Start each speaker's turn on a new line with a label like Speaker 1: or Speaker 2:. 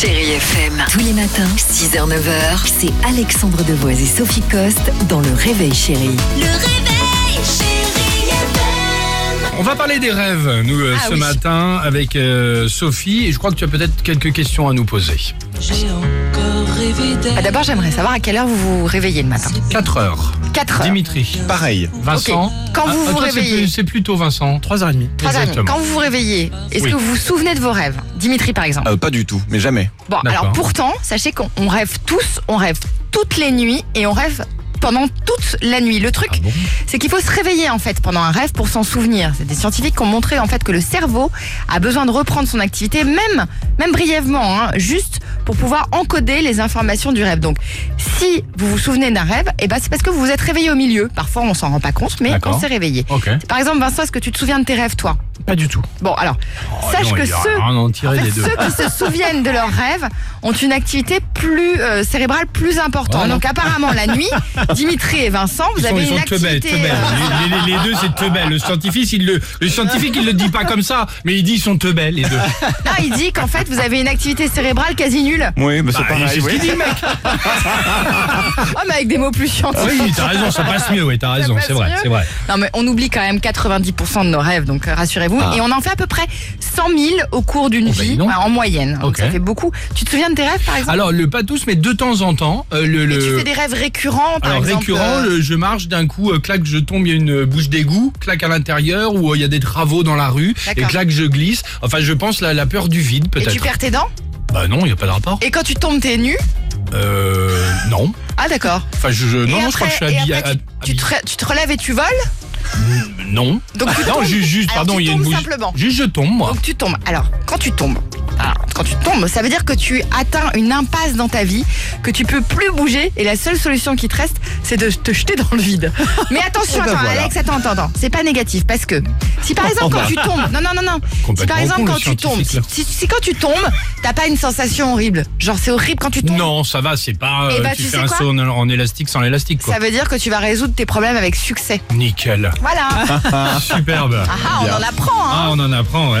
Speaker 1: Chérie FM, tous les matins, 6h, 9h, c'est Alexandre Devoise et Sophie Coste dans Le Réveil Chérie.
Speaker 2: Le réveil, chérie FM.
Speaker 3: On va parler des rêves, nous, euh,
Speaker 1: Ah
Speaker 3: ce
Speaker 1: oui.
Speaker 3: matin, avec euh, Sophie. Et je crois que tu as peut-être quelques questions à nous poser.
Speaker 1: Bah, D'abord, j'aimerais savoir à quelle heure vous vous réveillez le matin.
Speaker 3: 4 heures.
Speaker 1: 4 heures.
Speaker 3: Dimitri.
Speaker 4: Pareil.
Speaker 3: Vincent.
Speaker 5: Ah.
Speaker 3: Ah,
Speaker 5: Quand vous vous
Speaker 3: toi, c'est
Speaker 5: réveillez.
Speaker 3: plus- C'est plutôt Vincent.
Speaker 4: 3h30.
Speaker 5: Trois amis,
Speaker 3: Exactement.
Speaker 5: Quand vous vous réveillez, est-ce
Speaker 3: Oui.
Speaker 5: que vous vous souvenez de vos rêves Dimitri, par exemple.
Speaker 4: Euh, pas du tout, mais jamais.
Speaker 5: Bon,
Speaker 3: d'accord.
Speaker 5: alors pourtant, sachez qu'on on rêve tous, on rêve toutes les nuits et on rêve pendant toute la nuit. Le truc,
Speaker 3: Ah bon
Speaker 5: c'est qu'il faut se réveiller en fait pendant un rêve pour s'en souvenir. C'est des scientifiques qui ont montré en fait que le cerveau a besoin de reprendre son activité, même, même brièvement, hein, juste pour pouvoir encoder les informations du rêve. Donc, si vous vous souvenez d'un rêve, eh ben, c'est parce que vous vous êtes réveillé au milieu. Parfois, on s'en rend pas compte, mais
Speaker 3: D'accord.
Speaker 5: on s'est réveillé.
Speaker 3: Ok.
Speaker 5: Par exemple, Vincent, est-ce que tu te souviens de tes rêves, toi
Speaker 4: Pas du tout.
Speaker 5: Bon, alors, sache
Speaker 3: Oh, Non,
Speaker 5: que
Speaker 3: il y a
Speaker 5: ceux,
Speaker 3: rien à en
Speaker 5: en
Speaker 3: tirer
Speaker 5: fait,
Speaker 3: des deux.
Speaker 5: ceux qui se souviennent de leurs rêves ont une activité plus euh, cérébrale plus importante.
Speaker 3: Voilà.
Speaker 5: Donc apparemment, la nuit, Dimitri et Vincent, vous
Speaker 3: Ils sont,
Speaker 5: avez
Speaker 3: ils sont
Speaker 5: une
Speaker 3: teubels,
Speaker 5: activité...
Speaker 3: teubels.
Speaker 5: euh,
Speaker 3: Les, les- les deux, c'est teubel. Le scientifique, il le, le scientifique, il le dit pas comme ça, mais il dit ils sont teubels, les deux.
Speaker 5: non, ah, il dit qu'en fait, vous avez une activité cérébrale quasi nulle.
Speaker 4: Oui, mais c'est
Speaker 3: Bah,
Speaker 4: pareil.
Speaker 3: c'est ce
Speaker 4: oui.
Speaker 3: qu'il dit, mec.
Speaker 5: Oh, mais avec des mots plus
Speaker 3: Ah
Speaker 5: scientifiques.
Speaker 3: Oui, t'as raison, ça passe mieux, ouais, t'as raison,
Speaker 5: passe
Speaker 3: c'est vrai,
Speaker 5: mieux.
Speaker 3: c'est vrai.
Speaker 5: Non, mais on oublie quand même 90% de nos rêves, donc euh, rassurez-vous. Et on en fait à peu près 100 000 au cours d'une
Speaker 3: Ah. Oh, bah, dis
Speaker 5: vie,
Speaker 3: donc.
Speaker 5: ouais, en moyenne. Donc,
Speaker 3: Ok.
Speaker 5: ça fait beaucoup. Tu te souviens de tes rêves, par exemple
Speaker 3: Alors, le pas tous, mais de temps en temps, euh, le,
Speaker 5: Et tu
Speaker 3: le-
Speaker 5: fais des rêves récurrents, par
Speaker 3: Alors
Speaker 5: exemple
Speaker 3: récurrent,
Speaker 5: euh,
Speaker 3: le- je marche d'un coup, euh, clac, je tombe, il y a une euh, bouche d'égout, clac à l'intérieur, ou euh, il y a des travaux dans la rue, et
Speaker 5: D'accord.
Speaker 3: clac, je glisse. Enfin, je pense la, la peur du vide,
Speaker 5: Et
Speaker 3: peut-être.
Speaker 5: tu perds tes dents
Speaker 3: Bah non, il n'y a pas de rapport.
Speaker 5: Et quand tu tombes, t'es nu
Speaker 3: Euh, non.
Speaker 5: Ah d'accord.
Speaker 3: Enfin, je, je- non,
Speaker 5: Et
Speaker 3: non, je crois que je suis
Speaker 5: après- et
Speaker 3: habillé.
Speaker 5: après, Tu te, re- tu te relèves et tu voles
Speaker 3: habillé- Non.
Speaker 5: Donc tu
Speaker 3: Ah Non,
Speaker 5: tombes.
Speaker 3: ju- juste,
Speaker 5: Alors,
Speaker 3: pardon,
Speaker 5: tu
Speaker 3: il y a une Ah.
Speaker 5: tombes
Speaker 3: bouche.
Speaker 5: simplement.
Speaker 3: Juste, je tombe, moi.
Speaker 5: Donc tu tombes. Alors, quand tu tombes, alors, quand tu tombes, ça veut dire que tu atteins une impasse dans ta vie, que tu peux plus bouger et la seule solution qui te reste, c'est de te jeter dans le vide. Mais attention,
Speaker 3: Eh
Speaker 4: ben
Speaker 5: attends,
Speaker 4: voilà.
Speaker 5: Alex, attends, attends, attends. C'est pas négatif parce que si par exemple quand tu tombes, non, non, non, non.
Speaker 3: Oh,
Speaker 5: Si
Speaker 3: bah. Complètement
Speaker 5: par
Speaker 3: con,
Speaker 5: exemple
Speaker 3: le
Speaker 5: quand tu tombes, si,
Speaker 3: scientifique,
Speaker 5: si- si quand tu tombes, t'as pas une sensation horrible. Genre c'est horrible quand tu tombes.
Speaker 3: Non, ça va, c'est pas.
Speaker 5: Eh
Speaker 3: euh,
Speaker 5: bah,
Speaker 3: tu
Speaker 5: tu
Speaker 3: fais
Speaker 5: sais
Speaker 3: un
Speaker 5: quoi
Speaker 3: saut en, en élastique sans l'élastique, quoi.
Speaker 5: Ça veut dire que tu vas résoudre tes problèmes avec succès.
Speaker 3: Nickel.
Speaker 5: Voilà.
Speaker 3: Superbe.
Speaker 5: Ah, ah, on en apprend. Hein.
Speaker 3: Ah, on en apprend, ouais.